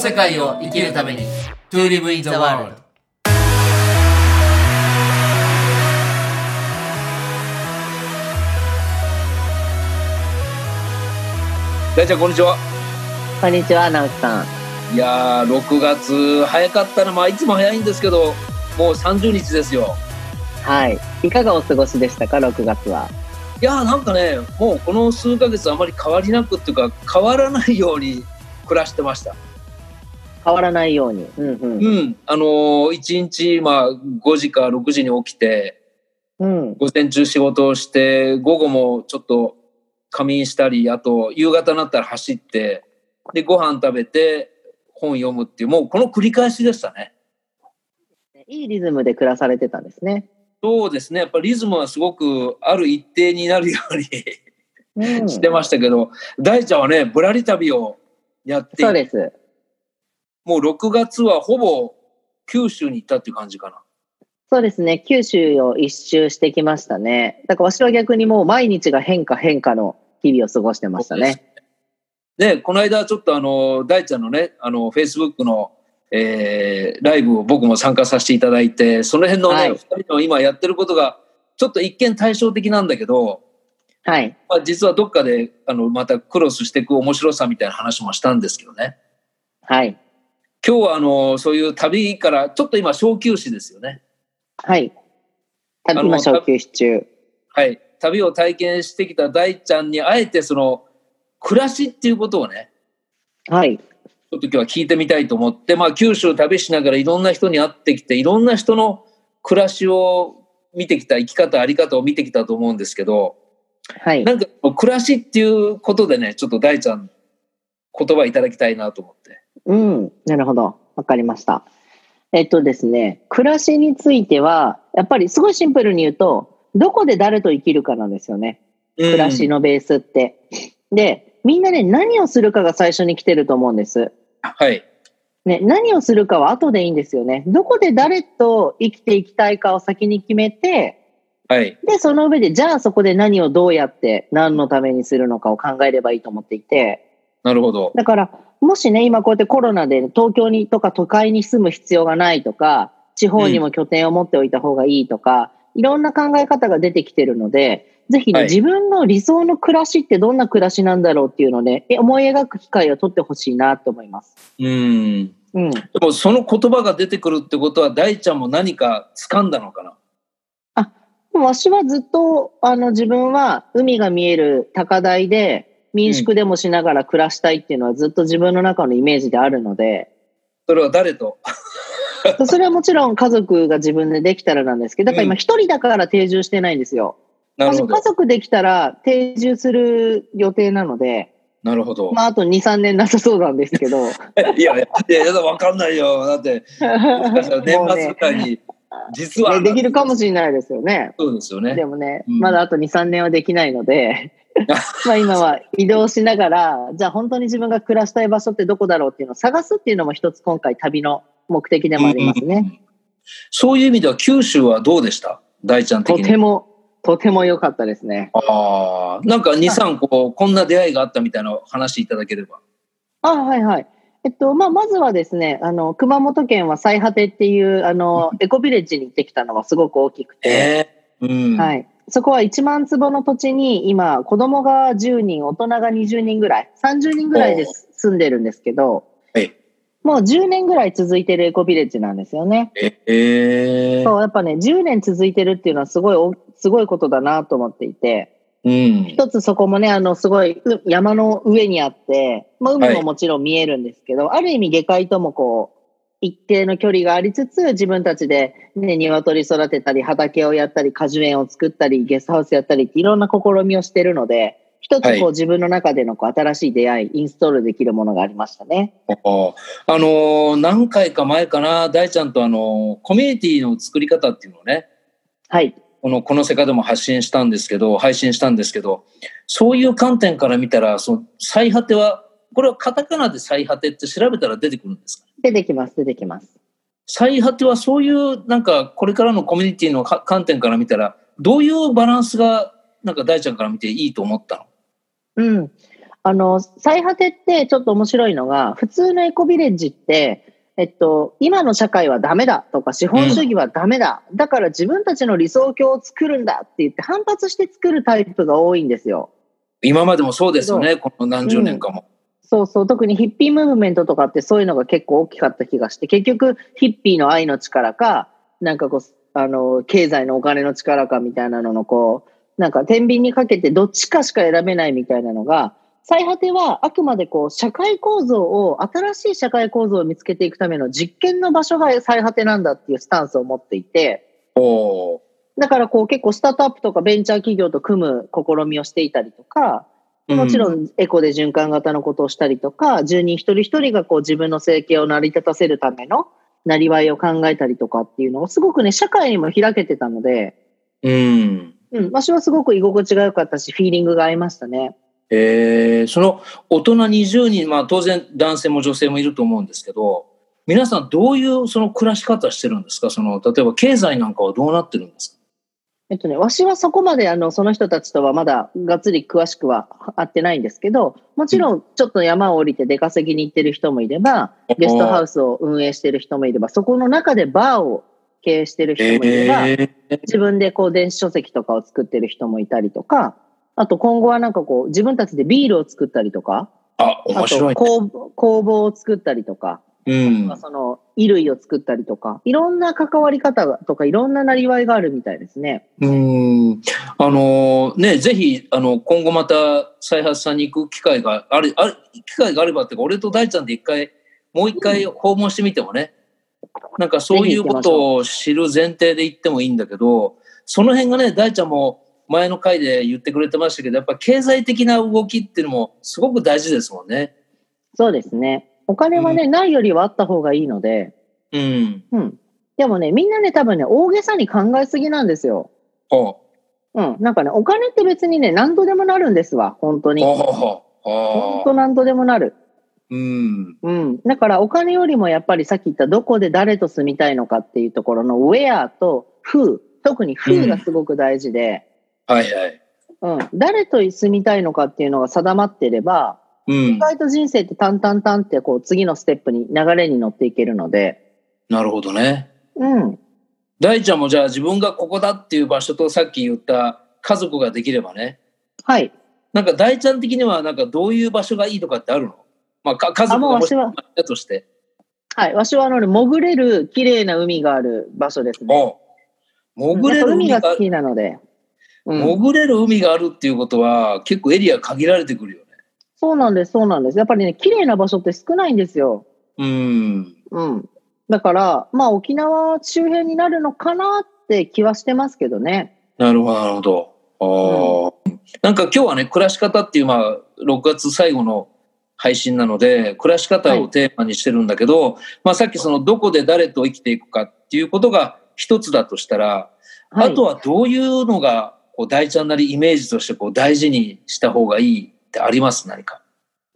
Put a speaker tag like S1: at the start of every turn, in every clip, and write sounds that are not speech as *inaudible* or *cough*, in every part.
S1: 世界を生きるために To live in the world
S2: 大ちゃんこんにちは
S3: こんにちは、直樹さん。
S2: いやー6月早かったなまあいつも早いんですけどもう30日ですよ
S3: はい。いかがお過ごしでしたか、6月は。
S2: いやーなんかねもうこの数ヶ月あまり変わりなくっていうか変わらないように暮らしてました
S3: 変わらないように。うんうん。
S2: うんあのー、1日まあ5時か6時に起きて
S3: うん。
S2: 午前中仕事をして午後もちょっと仮眠したりあと夕方になったら走ってでご飯食べて本読むっていうもうこの繰り返しでしたね
S3: いいリズムで暮らされてたんですね。
S2: そうですねやっぱリズムはすごくある一定になるように *laughs*
S3: うん、
S2: してましたけど、大ちゃんはねぶらり旅をやって
S3: そうです。
S2: もう6月はほぼ九州に行ったっていう感じかな
S3: そうですね。九州を一周してきましたね。だから私は逆にもう毎日が変化変化の日々を過ごしてましたね。
S2: で、この間ちょっとあの、大ちゃんのね、あの、Facebook の、えーライブを僕も参加させていただいて、その辺の
S3: は
S2: ね、二
S3: い
S2: 人の今やってることが、ちょっと一見対照的なんだけど、
S3: はい。
S2: まあ、実はどっかで、あの、またクロスしていく面白さみたいな話もしたんですけどね。
S3: はい。
S2: 今日はあの、そういう旅から、ちょっと今、小休止ですよね。
S3: はい。
S2: の
S3: 今、小休止中。
S2: はい。旅を体験してきた大ちゃんに、あえてその、暮らしっていうことをね、
S3: はい。
S2: ちょっと今日は聞いてみたいと思って、まあ、九州旅しながらいろんな人に会ってきて、いろんな人の暮らしを見てきた、生き方、あり方を見てきたと思うんですけど、
S3: はい。
S2: なんか暮らしっていうことでね、ちょっと大ちゃん、言葉いただきたいなと思って。
S3: うん、なるほど。わかりました。えっとですね、暮らしについては、やっぱりすごいシンプルに言うと、どこで誰と生きるかなんですよね。暮らし
S2: の。
S3: のベースって。で、みんなね、何をするかが最初に来てると思うんです。
S2: はい。
S3: ね、何をするかは後でいいんですよね。どこで誰と生きていきたいかを先に決めて、
S2: はい。
S3: で、その上で、じゃあそこで何をどうやって、何のためにするのかを考えればいいと思っていて、
S2: なるほど。
S3: だから、もしね、今こうやってコロナで東京にとか都会に住む必要がないとか、地方にも拠点を持っておいた方がいいとか、いろんな考え方が出てきてるので、ぜひね、
S2: はい
S3: 自分の理想の暮らしってどんな暮らしなんだろうっていうのをね、え思い描く機会を取ってほしいなと思います。
S2: うん。で
S3: うん。
S2: も、その言葉が出てくるってことは、大ちゃんも何か掴んだのかな。
S3: わしはずっと、あの、自分は海が見える高台で、民宿でもしながら暮らしたいっていうのはずっと自分の中のイメージであるので、
S2: それは誰と。
S3: *laughs* そうそれはもちろん家族が自分でできたらなんですけど、だから
S2: う
S3: 今
S2: ん
S3: 一人だから定住してないんですよ。
S2: なる
S3: 私
S2: ほ
S3: 家
S2: ど。
S3: 族できたら定住する予定なので、
S2: なるほど。
S3: まああと2、3年なさそうなんですけ
S2: *laughs*
S3: ど。
S2: いやいや、いや、やだ、わかんないよ。だって、
S3: *laughs*
S2: もしかしたら年末ぐらいに、実は、
S3: ねできるかも
S2: し
S3: しれないですよね。
S2: そうですよね
S3: で。もね、
S2: うん
S3: まだあと2、3年はできないの
S2: *laughs*
S3: で、まあ今は移動しながら、じゃあ本当に自分が暮らしたい場所ってどこだろうっていうのを探すっていうのも一つ今回旅の目的でもありますね。
S2: そういう意味では、九州はどうでした大ちゃん的
S3: と
S2: に。
S3: ても、とても良かったですね。
S2: ああ、なんか2、3個、こんな出会いがあったみたいな話いただければ。
S3: あ、はいはい。えっと、まあ、まずはですね、あの、熊本県は最果てっていう、あの、エコビレッジに行ってきたのはすごく大きくて、
S2: えうん。
S3: はい。そこは1万坪の土地に、今、子供が10人、大人が20人ぐらい、30人ぐらいで
S2: お
S3: 住んでるんですけど、
S2: はい
S3: もう10年ぐらい続いてるエコビレッジなんですよね。
S2: ええ
S3: そう、やっぱね、10年続いてるっていうのはすごいお、すごいことだなと思っていて、
S2: うん。
S3: 一つそこもね、あの、すごいう山の上にあって、まあ、海
S2: は
S3: も
S2: い
S3: もちろん見えるんですけど、ある意味下界ともこう、一定の距離がありつつ、自分たちで、ね、鶏育てたり、畑をやったり、果樹園を作ったり、ゲストハウスやったりっていろんな試みをしてるので、一つこう、
S2: はい
S3: 自分の中でのこう新しい出会い、インストールできるものがありましたね。
S2: あーあのー何回か前かな、大ちゃんとあのーコミュニティの作り方っていうのをね、
S3: はい。
S2: この、この世界でも発信したんですけど、配信したんですけど、そういう観点から見たら、その、最果ては、これはカタカナで最果てって調べたら出てくるんですか
S3: 出てきます、出てきます。
S2: 最果てはそういう、なんか、これからのコミュニティのか観点から見たら、どういうバランスが、なんか大ちゃんから見ていいと思った
S3: うん。あの、最果てってちょっと面白いのが、普通のエコビレッジって、えっと、今の社会はダメだとか、資本主義はダメだ。だから自分たちの理想郷を作るんだって言って反発して作るタイプが多いんですよ。
S2: 今までもそうですよね、この何十年かも。
S3: そうそう、特にヒッピームーブメントとかってそういうのが結構大きかった気がして、結局ヒッピーの愛の力か、なんかこう、あの、経済のお金の力かみたいなののこう、なんか天秤にかけてどっちかしか選べないみたいなのが、最果てはあくまでこう、社会構造を、新しい社会構造を見つけていくための実験の場所が最果てなんだっていうスタンスを持っていて、
S2: おー
S3: だからこう結構スタートアップとかベンチャー企業と組む試みをしていたりとか、
S2: う
S3: もちろ
S2: ん。
S3: んエコで循環型のことをしたりとか、住人一人一人がこう自分の生計を成り立たせるためのなりわいを考えたりとかっていうのをすごくね、社会にも開けてたので、
S2: うん。
S3: うん、場所はすごく居心地が良かったし、フィーリングが合いましたね。
S2: えー、その大人20人、まあ当然男性も女性もいると思うんですけど、皆さんどういうその暮らし方してるんですかその、例えば経済なんかはどうなってるんですか
S3: えっとね、わしはそこまであの、その人たちとはまだがっつり詳しくは会ってないんですけど、もちろんちょっと山を降りて出稼ぎに行ってる人もいれば、ゲストハウスを運営してる人もいれば、そこの中でバーを経営してる人もいれば、
S2: えー
S3: 自分でこう電子書籍とかを作ってる人もいたりとか、あと今後はなんかこう自分たちでビールを作ったりとか、
S2: あ、
S3: あ
S2: 面白
S3: と
S2: い、ね。
S3: 工房工房を作ったりとか、
S2: うん。
S3: その衣類を作ったりとか、いろんな関わり方がとかいろんななりわいがあるみたいですね。
S2: うーんあのね、ぜひ、あの、今後また、再発さんに行く機会がある、ある、機会があればっていうか、俺と大ちゃんで一回、もう一回訪問してみてもね、なんかそういうことを知る前提で行ってもいいんだけど、その辺がね、大ちゃんも前の回で言ってくれてましたけど、やっぱ経済的な動きっていうのもすごく大事ですもんね。
S3: そうですね。お金はね、ないよりはあった方がいいので、
S2: うん。
S3: うん。でもね、みんなね、多分ね、大げさに考えすぎなんですよ。
S2: ほ
S3: うん。なんかね、お金って別にね、何度でもなるんですわ、本当
S2: う
S3: に。
S2: ほうほうほう。
S3: 本
S2: ほ
S3: 当何度でもなる。
S2: う。うん。
S3: うん。だからお金よりもやっぱりさっき言ったどこで誰と住みたいのかっていうところの where と who、特に who がすごく大事で、
S2: はいはい。
S3: うん、誰と住みたいのかっていうのが定まってれば、
S2: うん
S3: 意。外と人生ってタンタンタンってこう次のステップに流れに乗っていけるので、
S2: なるほどね。
S3: うん。
S2: 大ちゃんもじゃあ自分がここだっていう場所とさっき言った家族ができればね。
S3: はい。
S2: なんか大ちゃん的にはなんかどういう場所がいいとかってあるのまあか家族が
S3: あもう
S2: も
S3: わ
S2: し
S3: しは
S2: だとして。
S3: はい。わしはあのね、潜れる綺麗な海がある場所ですね。
S2: おう潜れ
S3: やっ
S2: る
S3: ぱ
S2: 海
S3: 海
S2: が
S3: が好きなので。うん、
S2: 潜れる海があるっていうことは結構エリア限られてくるよね。
S3: そうなんです、そうなんです。やっぱりね、綺麗な場所って少ないんですよ。
S2: うん。
S3: うん。だから、まあ沖縄周辺になるのかなって気はしてますけどね。
S2: なるほど、なるほど。ああ、なんか今日はね、暮らし方っていう、まあ、6月最後の配信なので、暮らし方をテーマにしてるんだけど、まあさっきそのどこで誰と生きていくかっていうことが一つだとしたら、
S3: はい、
S2: あとはどういうのが、こう、大ちゃんなりイメージとしてこう大事にした方がいいってあります何か。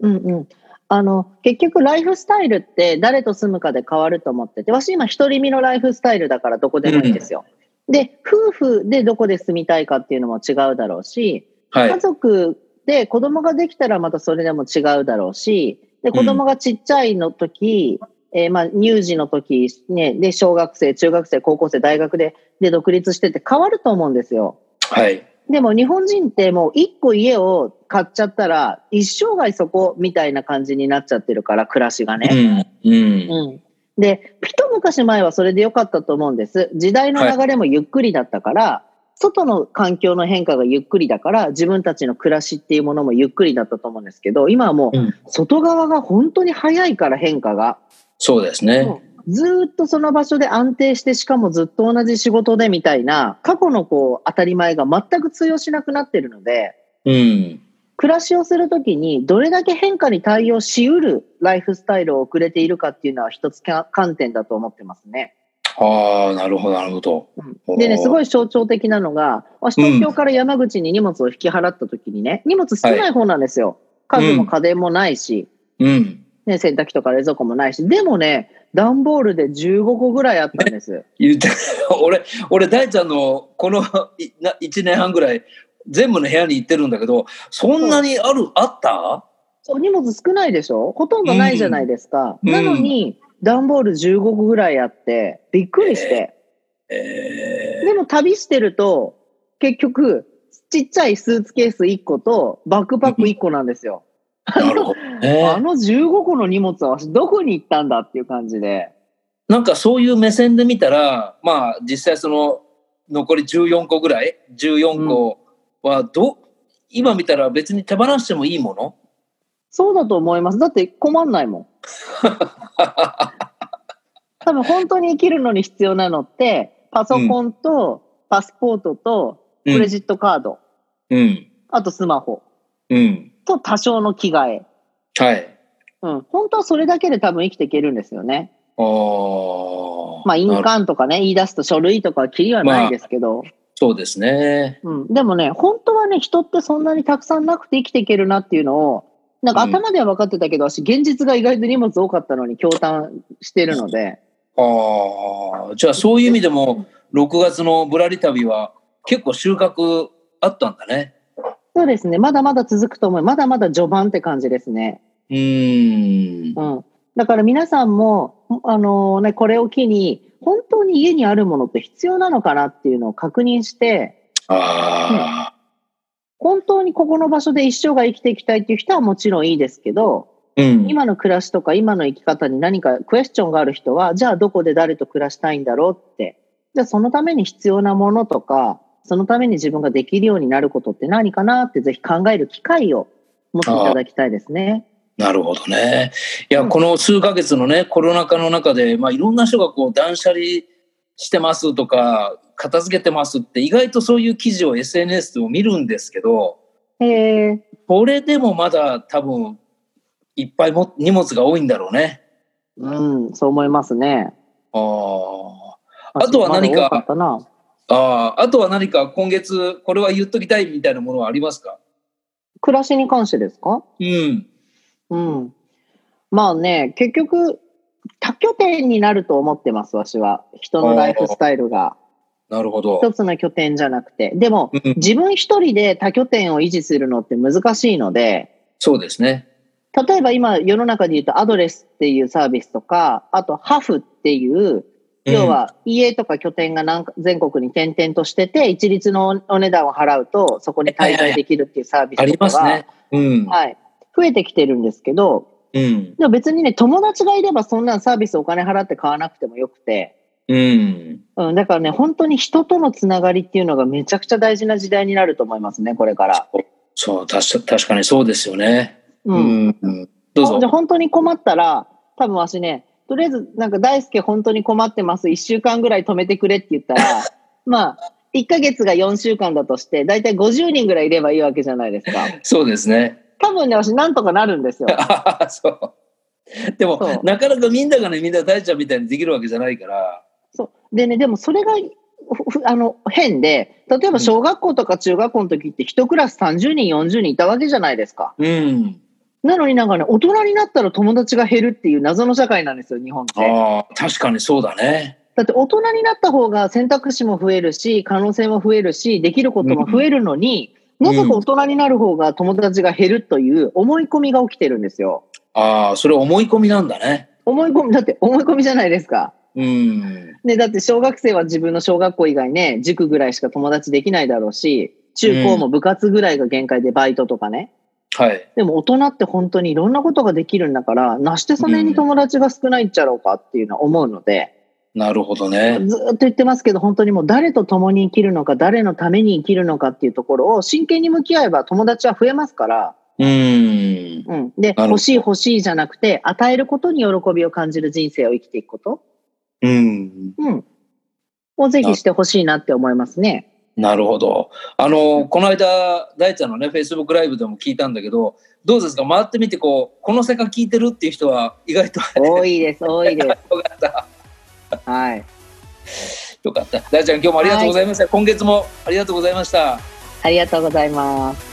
S3: うんうん。あの、結局ライフスタイルって誰と住むかで変わると思ってて、私今一人身のライフスタイルだからどこでもいいんですよ。で、夫婦でどこで住みたいかっていうのも違うだろうし、
S2: はい
S3: 家。族で子供ができたらまたそれでも違うだろうし、で、子供がちっちゃいの時、えーまあ、乳児の時、ね、で、小学生、中学生、高校生、大学で、で、独立してって変わると思うんですよ。
S2: はい。
S3: でも日本人ってもう一個家を買っちゃったら、一生涯そこみたいな感じになっちゃってるから、暮らしがね。
S2: うん。うん。
S3: うんで、一昔前はそれで良かったと思うんです。時代の流れもゆっくりだったから、外の環境の変化がゆっくりだから、自分たちの暮らしっていうものもゆっくりだったと思うんですけど、今はも
S2: うん
S3: う外側が本当に早いから変化が。
S2: そうですね。
S3: ずーっとその場所で安定して、しかもずっと同じ仕事でみたいな、過去のこう当たり前が全く通用しなくなってるので、
S2: うん。
S3: 暮らしをするときにどれだけ変化に対応しうるライフスタイルを送れているかっていうのは一つか観点だと思ってますね。
S2: ああ、なるほど、なるほど。
S3: うんでね、すごい象徴的なのが、私東京から山口に荷物を引き払ったときにね、荷物少ない方なんですよ。
S2: はい
S3: 家具
S2: う
S3: も
S2: ん
S3: 家電もないし、
S2: うん。
S3: ね、洗濯機とか冷蔵庫もないし、でもね、段ボールで15個ぐらいあったん
S2: *laughs*
S3: です。
S2: 言って俺俺大ちゃんのこのいな1年半ぐらい全部の部屋に行ってるんだけどそんなにあるあった
S3: そう、荷物少ないでしょほとんどないじゃないですか。
S2: うん
S3: なのに、段ボール15個ぐらいあって、びっくりして。
S2: え
S3: でも旅してると、結局、ちっちゃいスーツケース1個と、バックパック1個なんですよ。
S2: ー、なるほど
S3: あ *laughs*
S2: ね。
S3: の15個の荷物は私どこに行ったんだっていう感じで。
S2: なんかそういう目線で見たら、まあ実際その残り14個ぐらい、14個はど、今見たら別に手放してもいいもの
S3: そうだと思います。だって困んないも
S2: *laughs*
S3: ん。多分本当に生きるのに必要なのって、パソコンと、パスポートと、
S2: うん
S3: クレジットカード、
S2: うん。
S3: あとスマホ
S2: うん。
S3: と多少の着替え。
S2: はい。
S3: うん。本当はそれだけで多分生きていけるんですよね。
S2: ああ。
S3: まあ、印
S2: なる
S3: 鑑とかね、言い出すと書類とかきりはないですけど。
S2: そうですね。
S3: うん。でもね、本当はね、人ってそんなにたくさんなくて生きていけるなっていうのを、なんか
S2: うん
S3: 頭では分かってたけど、私、現実が意外と荷物多かったのに驚嘆してるので、
S2: ああ。じゃあそういう意味でも、6月のぶらり旅は結構収穫あったんだね。
S3: そうですね、まだまだ続くと思う。まだまだ序盤って感じですね。
S2: うーん。
S3: うん。だから皆さんも、あのね、これを機に、本当に家にあるものって必要なのかなっていうのを確認して、
S2: ああ。
S3: 本当にここの場所で一生が生きていきたいっていう人はもちろんいいですけど、
S2: うん。
S3: 今の暮らしとか今の生き方に何かクエスチョンがある人は、じゃあどこで誰と暮らしたいんだろうって。じゃあそのために必要なものとか、そのために自分ができるようになることって何かなってぜひ考える機会を持っていただきたいですね。
S2: なるほどね。いや、
S3: うん
S2: この数ヶ月のね、コロナ禍の中で、まあ、いろんな人がこう、断捨離してますとか、片付けてますって、意外とそういう記事を SNS でも見るんですけど、
S3: えー、
S2: これでもまだ多分、いっぱいも荷物が多いんだろうね。
S3: うん、そう思いますね。
S2: ああとは何か
S3: まだ多ったな
S2: あ。ああ。あとは何か今月、これは言っときたいみたいなものはありますか
S3: 暮らしに関してですか
S2: うん。
S3: うん。まあね、結局、多拠点になると思ってます、私は。人のライフスタイルが。
S2: なるほど。
S3: 一つの拠点じゃなくて。でも、
S2: うん
S3: 自分一人で多拠点を維持するのって難しいので、
S2: そうですね。
S3: 例えば今世の中で言うとアドレスっていうサービスとか、あとハフっていう、
S2: うん
S3: 要は家とか拠点がなんか全国に転々としてて、一律のお値段を払うとそこに滞在できるっていうサービ
S2: あ
S3: ス
S2: り
S3: とか
S2: ます
S3: が
S2: ね、。うん。
S3: はい、増えてきてるんですけど、
S2: うん。
S3: でも別にね、友達がいればそんなサービスお金払って買わなくてもよくて、
S2: うん。
S3: うん、だからね、本当に人とのつながりっていうのがめちゃくちゃ大事な時代になると思いますね、これから。
S2: そう、確か確かにそうですよね。
S3: う。
S2: うんん。どうぞ
S3: じゃあ。本当に困ったら、多分私ね、とりあえず、なんか大輔本当に困ってます。1週間ぐらい止めてくれって言
S2: *laughs*
S3: ったら、まあ、1ヶ月が4週間だとして、だいたい50人ぐらいいればいいわけじゃないですか。
S2: そうですね。 *laughs*
S3: 多分ね、私なんとかなるんですよ。
S2: ああ、そう。でも
S3: そう
S2: なかなかみんながね、みんな大ちゃんみたいにできるわけじゃないから。
S3: そう。でね、でもそれが、ふふあの、変で、例えば小学校とか中学校の時って一クラス30人、40人いたわけじゃないですか。
S2: うん。
S3: なのになんかね、大人になったら友達が減るっていう謎の社会なんですよ、日本って。
S2: ああ、確かにそうだね。
S3: だって大人になった方が選択肢も増えるし、可能性も増えるし、できることも増えるのに、
S2: ん
S3: なぜか大人になる方が友達が減るという思い込みが起きてるんですよ。
S2: ああ、それ思い込みなんだね。
S3: 思い込み、だって思い込みじゃないですか。
S2: うん。
S3: ね、だって小学生は自分の小学校以外ね、塾ぐらいしか友達できないだろうし、中高も部活ぐらいが限界でバイトとかね。
S2: はい。
S3: でも大人って本当にいろんなことができるんだから、なしてそれに友達が少ないんちゃろうかっていうのは思うので、
S2: なるほどね。
S3: ずーっと言ってますけど、本当にもう誰と共に生きるのか、誰のために生きるのかっていうところを真剣に向き合えば友達は増えますから、
S2: う
S3: う
S2: ん。
S3: ん。で、
S2: ほど
S3: 欲しい欲しいじゃなくて、与えることに喜びを感じる人生を生きていくこと、
S2: うん。
S3: うん。をぜひしてほしいなって思いますね。
S2: なるほど。あの、この間、大ちゃんのね、Facebook ライブでも聞いたんだけど、どうですか回ってみて、こう、この世界聞いてるっていう人は意外と
S3: *laughs*
S2: *laughs*
S3: 多いです、多い *laughs* です。
S2: よかった。
S3: はい。
S2: よかった。大ちゃん、今日もありがとうございました。今月もありがとうございました。
S3: ありがとうございます。